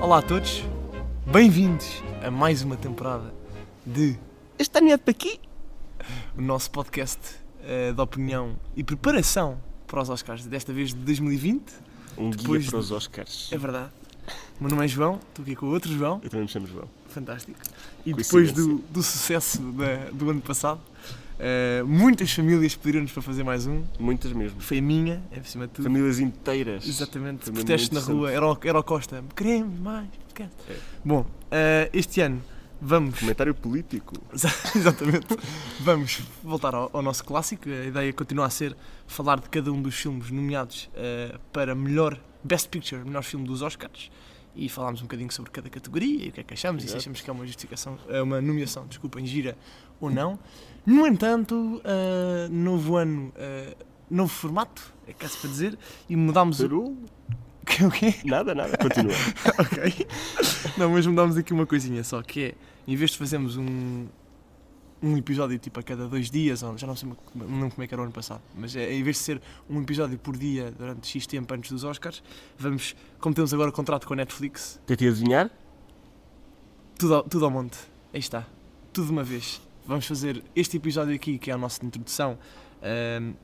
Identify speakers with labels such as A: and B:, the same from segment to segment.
A: Olá a todos, bem-vindos a mais uma temporada de Este ano é para aqui, o nosso podcast eh, de opinião e preparação para os Oscars, desta vez de 2020.
B: Um
A: Depois-
B: guia para os Oscars.
A: É verdade. O meu nome é João, estou aqui com o outro João,
B: Eu também me chamo João.
A: fantástico. E depois do, do sucesso da- do ano passado, eh, muitas famílias pediram-nos para fazer mais um.
B: Muitas mesmo.
A: Foi a minha, é por cima de tudo.
B: Famílias inteiras.
A: Exatamente,
B: Foi mesmo
A: protestos na
B: muito
A: rua, era o, era o Costa, queremos mais. queremos.
B: É.
A: Bom, eh, este ano vamos.
B: Comentário político.
A: Exatamente. Vamos voltar ao, ao nosso clássico. A ideia continua a ser falar de cada um dos filmes nomeados eh, para melhor Best Picture, melhor filme dos Oscars. E falámos um bocadinho sobre cada categoria e o que é que achamos e se
B: Exato.
A: achamos que é uma justificação, é uma nomeação, desculpem, gira ou não. No entanto, eh, novo ano, eh, novo formato, é caso para dizer, e mudámos o. é
B: Peru?
A: O quê?
B: Nada, nada. Continua.
A: ok. Não, mas mudámos aqui uma coisinha só, que é, em vez de fazermos um, um episódio tipo a cada dois dias, ou já não sei como- não como é que era o ano passado, mas é, em vez de ser um episódio por dia durante X tempo antes dos Oscars, vamos, como temos agora contrato com a Netflix,
B: Tentei adivinhar?
A: tudo ao, tudo ao monte. Aí está. Tudo de uma vez. Vamos fazer este episódio aqui, que é a nossa introdução. ahm,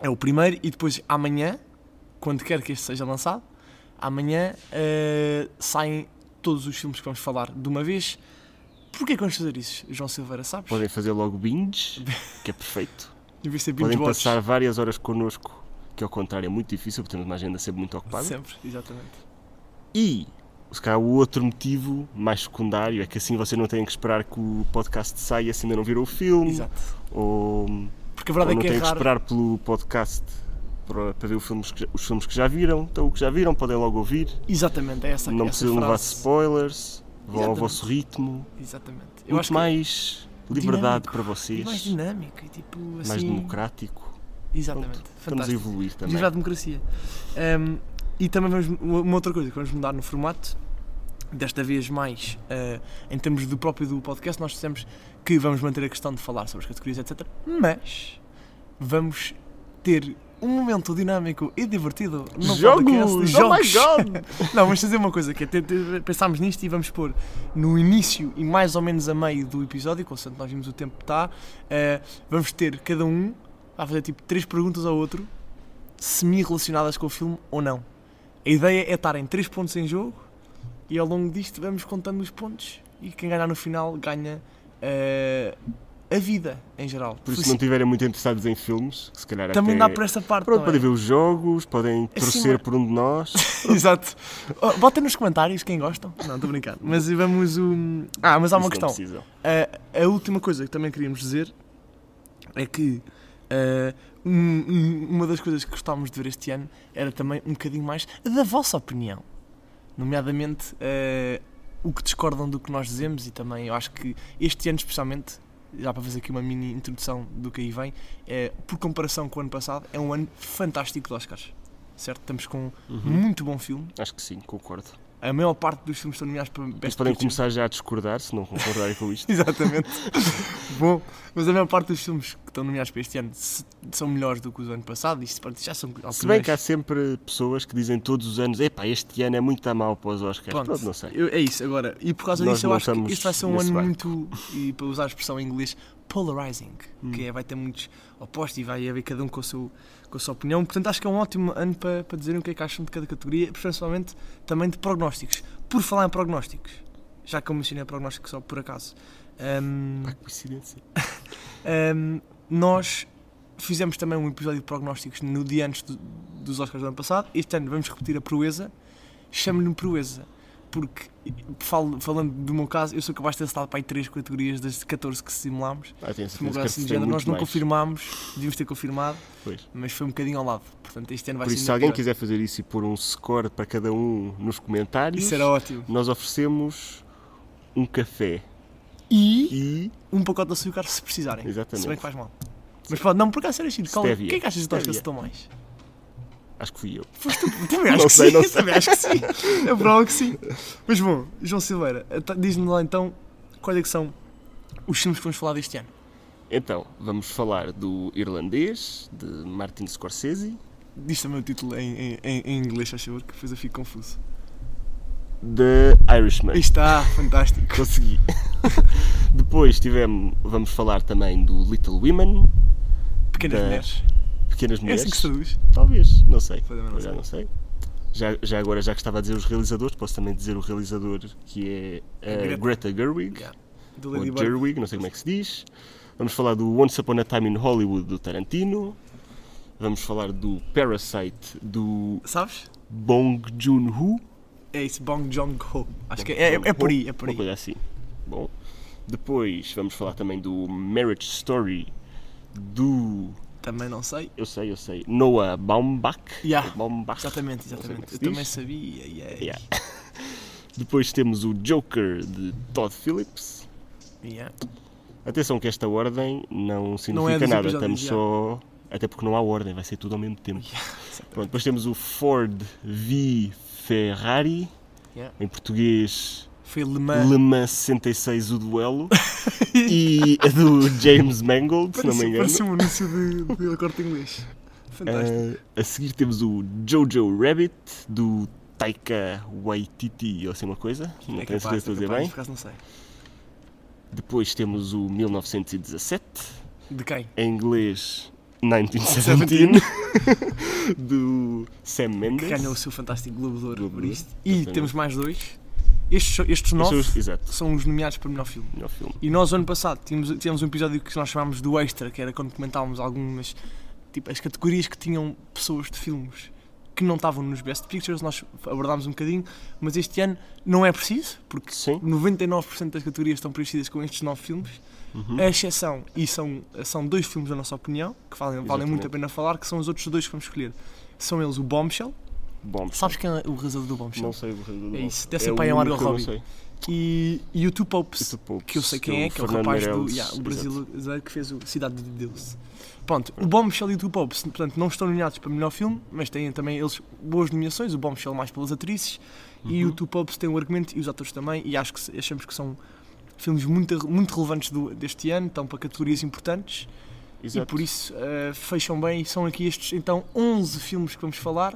A: é o primeiro, e depois amanhã, quando quer que este seja lançado, amanhã ah, saem todos os filmes que vamos falar de uma vez. Porquê que vamos fazer isso, João Silveira, sabes?
B: Podem fazer logo binge, que é perfeito.
A: Em vez de ser binge
B: Podem
A: watch.
B: passar várias horas connosco, que ao contrário é muito difícil, porque temos uma agenda é sempre muito ocupada.
A: Sempre, exatamente.
B: E, se calhar, o outro motivo mais secundário é que assim vocês não têm que esperar que o podcast saia se ainda não viram o filme.
A: Exato.
B: Ou
A: Porque a verdade
B: Ou não
A: é que é
B: têm que
A: raro.
B: esperar pelo podcast para, para ver os filmes, que já, os filmes que já viram. Então, o que já viram, podem logo ouvir.
A: Exatamente, é essa essa
B: não precisam levar
A: frase.
B: spoilers. Vão ao
A: Exatamente.
B: vosso ritmo.
A: Exatamente. Eu
B: muito
A: acho que
B: mais liberdade para
A: é
B: vocês.
A: mais dinâmico e tipo assim.
B: mais democrático.
A: Exatamente.
B: Estamos a
A: Fantástico.
B: evoluir também.
A: Livre à democracia. Um, e também vamos. Uma outra coisa que vamos mudar no formato, desta vez mais eh, em termos do próprio do podcast, nós dissemos que vamos manter a questão de falar sobre as categorias, etc. Mas vamos ter um momento dinâmico e divertido no podcast de
B: Jogos! Oh my
A: né? jogos.
B: god!
A: Não, vamos fazer uma coisa que é ter- ter- pensámos nisto e vamos pôr no início e mais ou menos a meio do episódio, constante nós vimos o tempo que está, eh, vamos ter cada um a fazer tipo três perguntas ao outro, semi-relacionadas com o filme ou não. A ideia é estarem três pontos em jogo e ao longo disto vamos contando os pontos e quem ganhar no final ganha eh, a vida em geral.
B: Por isso, se não estiverem muito interessados em filmes, que se calhar
A: também dá
B: até...
A: por esta parte.
B: Pronto,
A: não é?
B: podem ver os jogos, podem
A: Assim,
B: torcer
A: mas-
B: por um de nós.
A: Exato. Oh, Bota nos comentários quem gostam. Não, estou brincando. Mas vamos um. Ah, mas há uma
B: Isso não
A: questão.
B: precisam.
A: A, a última coisa que também queríamos dizer é que ah, um- um- uma das coisas que gostávamos de ver este ano era também um bocadinho mais da vossa opinião. Nomeadamente ah, o que discordam do que nós dizemos e também eu acho que este ano especialmente, já para fazer aqui uma mini introdução do que aí vem, eh, por comparação com o ano passado, é um ano fantástico de Oscars. Certo? Estamos com
B: Uhum.
A: muito bom filme.
B: Acho que sim, concordo.
A: A maior parte dos filmes estão nomeados para
B: Mas
A: Best
B: podem
A: Picture.
B: começar já a discordar, se não concordarem com isto.
A: Exatamente. Bom, mas a maior parte dos filmes que estão nomeados para este ano se- são melhores do que os do ano passado. Isto pronto, já são
B: Se bem que há sempre pessoas que dizem todos os anos: epá, este ano é muito a mal para os Oscars. Pronto, não sei.
A: é isso, agora. E por causa
B: Nós
A: disso eu
B: não
A: acho que
B: estamos
A: isto vai ser um
B: nesse
A: ano
B: barco.
A: muito, e para usar a expressão em inglês, polarizing.
B: Hum.
A: Que é, vai ter muitos opostos e vai haver cada um com a, seu, com a sua opinião. Portanto, acho que é um ótimo ano para, para dizerem o que é que acham de cada categoria, principalmente também de prognósticos. Por falar em prognósticos, já que eu mencionei prognósticos só por acaso. hum,
B: Pá, que coincidência.
A: Ahm, nós fizemos também um episódio de prognósticos no dia antes do- dos Oscars do ano passado. Este ano vamos repetir a proeza. Chamo-lhe proeza, porque, falo- falando do meu caso, eu sou capaz de ter acertado para aí 3 categorias das 14 que simulámos.
B: Ah,
A: Foi uma
B: tenho certeza
A: coisa
B: que
A: assim
B: se
A: de
B: tem
A: género.
B: muito
A: Nós não
B: mais.
A: confirmámos, devíamos ter confirmado,
B: Pois.
A: mas foi um bocadinho ao lado. Portanto, este ano vai
B: Por
A: ser.
B: isso, se
A: ainda
B: alguém
A: pior.
B: quiser fazer isso e pôr um score para cada um nos comentários,
A: Isso era ótimo.
B: nós oferecemos um café
A: E
B: e
A: um pacote de açúcar se precisarem.
B: Exatamente.
A: Se bem que faz mal. Mas pode, não, por acaso era chido. Qual,
B: Stevia.
A: quem é que achas que nós
B: Stevia.
A: acertou mais?
B: acho que fui eu.
A: Também acho
B: Não
A: que
B: sei,
A: sim,
B: não sei.
A: também acho que sim. É provável que sim. Mas bom, João Silveira, então, diz-me lá então quais é que são os filmes que vamos falar deste ano.
B: Então, vamos falar do irlandês, de Martin Scorsese,
A: Diz também o título em, em- em- em inglês, faz favor, que depois eu fico confuso.
B: The Irishman.
A: Aí está, fantástico.
B: Consegui. Depois tivemos, vamos falar também do Little Women,
A: Pequenas
B: Da-
A: mulheres.
B: Pequenas
A: É
B: Mulheres.
A: assim que se traduz.
B: Talvez, não sei.
A: Pois, também não
B: Eu já
A: sei.
B: não sei. Já, já agora, já que estava a dizer os realizadores, posso também dizer o realizador que é eh,
A: Greta.
B: Greta Gerwig,
A: Yeah. Do
B: ou
A: Ladybug.
B: Gerwig, não sei como é que se diz. Vamos falar do Once Upon a Time in Hollywood do Tarantino. Vamos falar do Parasite do
A: Sabes?
B: Bong Joon-ho.
A: É isso, Bong Joon-ho. Acho que é, é, é por aí, é por
B: Uma
A: aí.
B: coisa assim. Bom, depois vamos falar também do Marriage Story do...
A: Também não sei.
B: Eu sei, eu sei. Noah Baumbach.
A: Yeah,
B: Ou Baumbach.
A: Exatamente,
B: não sei como é
A: exatamente.
B: que se
A: Eu
B: diz.
A: também sabia. Yeah.
B: Yeah. Depois temos o Joker de Todd Phillips.
A: Yeah.
B: Atenção que esta ordem não significa
A: é dos
B: nada,
A: episódios,
B: estamos só. Até porque não há ordem, vai ser tudo ao mesmo tempo. Pronto, depois temos o Ford V Ferrari,
A: Yeah.
B: em português
A: Foi Le Mans.
B: Le Mans 66 o duelo, e a do James Mangold, se não me
A: Parece,
B: engano.
A: parece um anúncio de, de corte inglês. Fantástico.
B: Ah, a seguir temos o Jojo Rabbit do Taika Waititi, ou assim uma coisa, não
A: É
B: tenho
A: capaz, é
B: certeza de dizer
A: capaz,
B: bem.
A: Por acaso não sei.
B: Depois temos o 1917,
A: De quem?
B: em inglês 1917, do Sam
A: Que
B: Mendes.
A: ganhou o seu fantástico Globo de Ouro
B: Globo
A: por
B: de Ouro,
A: isto. E
B: exatamente.
A: temos mais dois. Estes, são- estes
B: Estes
A: nove
B: são os- Exato,
A: são os nomeados para melhor filme.
B: melhor filme.
A: E nós, ano passado, tínhamos, tínhamos um episódio que nós chamámos do Extra, que era quando comentávamos algumas. Tipo, as categorias que tinham pessoas de filmes que não estavam nos Best Pictures, nós abordámos um bocadinho, mas este ano não é preciso, porque
B: Sim,
A: 99% das categorias estão preenchidas com estes nove filmes.
B: uhum.
A: A exceção, e são, são dois filmes, na nossa opinião, que valem, valem muito
B: Exatamente.
A: a pena falar, que são os outros dois que vamos escolher. São eles o Bombshell.
B: bom.
A: Sabes quem é o realizador do Bombshell?
B: Não sei o
A: É isso, deve ser pai a
B: o
A: Margot
B: único que eu
A: Robbie.
B: Não Tipo, sei.
A: E, e o Two Popes,
B: Isso, poucos.
A: que eu sei quem é, que é o
B: Fernando
A: rapaz do
B: Meirelles,
A: yeah, o
B: exato.
A: brasileiro que fez o Cidade de Deus. Pronto, o Bombshell e o Two Popes, portanto, não estão nomeados para melhor filme, mas têm também eles boas nomeações, o Bombshell mais pelas atrizes, e o Two Popes tem o argumento e os atores também, e acho que se- achamos que são filmes muito, muito relevantes do- deste ano, estão para categorias importantes.
B: Exato.
A: E por isso eh, fecham bem. São aqui estes então 11 filmes que vamos falar.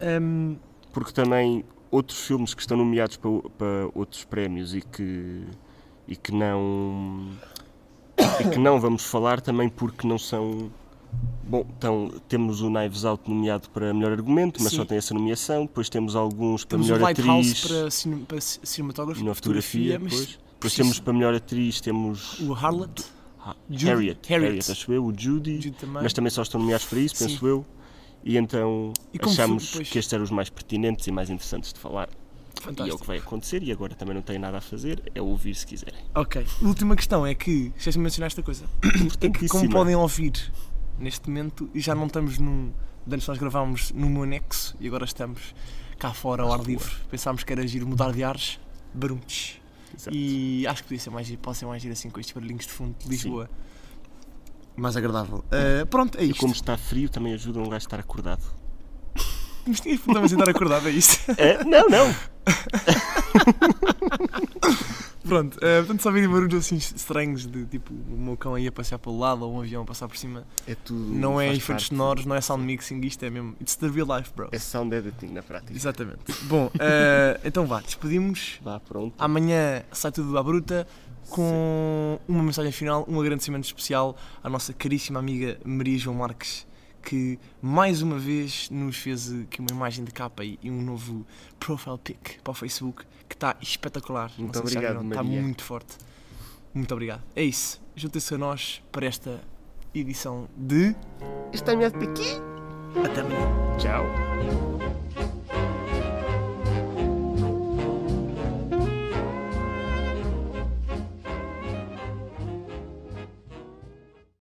A: Ehm, Ahm,
B: Porque também outros filmes que estão nomeados para, o- para outros prémios e que, e que não. e que não vamos falar também porque não são. Bom, então temos o Knives Out nomeado para melhor argumento, mas
A: Sim.
B: só tem essa nomeação. Depois temos alguns para
A: temos o
B: melhor
A: Lighthouse
B: atriz
A: para, cine, para ci- cinematógrafo,
B: na fotografia.
A: mas
B: depois. Depois
A: preciso-
B: temos para melhor atriz, temos
A: o Harlot,
B: Ha-
A: Judy-
B: Harriet,
A: Harriet.
B: Harriet, acho eu, o Judy,
A: Jude também.
B: mas também só estão nomeados para isso, penso
A: Sim.
B: eu. E então
A: E como
B: achamos
A: filme, pois.
B: que estes eram os mais pertinentes e mais interessantes de falar. E é o
A: Fantástico.
B: que vai acontecer, e agora também não tem nada a fazer, é ouvir se quiserem.
A: Ok. Última questão é que, já me mencionar esta coisa, é que como
B: Importantíssima.
A: podem ouvir neste momento, e já não estamos num. de Antes nós gravámos no meu anexo e agora estamos cá fora ao ar
B: rua.
A: livre. Pensámos que era giro mudar de ares, barulhos.
B: Exato.
A: E acho que podia ser mais, giro- pode ser mais giro assim com estes barulhinhos de fundo de
B: Sim.
A: Lisboa. Mais agradável. Ah, pronto, é
B: E
A: isto.
B: como está frio, também ajuda um gajo a estar acordado.
A: Mas tinhas problemas em estar acordado, é isto.
B: É, não, não!
A: pronto, ah, portanto só virem barulhos assim estranhos de tipo o meu cão aí a passear pelo lado ou um avião a passar por cima.
B: É tudo.
A: não é efeitos sonoros, não é sound mixing, isto é mesmo. It's the real life, bro.
B: É sound editing na prática.
A: Exatamente. Bom, ah, então vá, despedimos.
B: Vá, pronto.
A: Amanhã sai tudo à bruta com uma mensagem final, um agradecimento especial à nossa caríssima amiga Maria João Marques, que mais uma vez nos fez aqui uma imagem de capa e e um novo profile pic para o Facebook que está espetacular.
B: Muito
A: Não sei se já
B: obrigado,
A: viram, está
B: Maria.
A: muito forte. Muito obrigado. É isso. Juntem-se a nós para esta edição de. é
B: Está melhor daqui?
A: Até amanhã.
B: Tchau.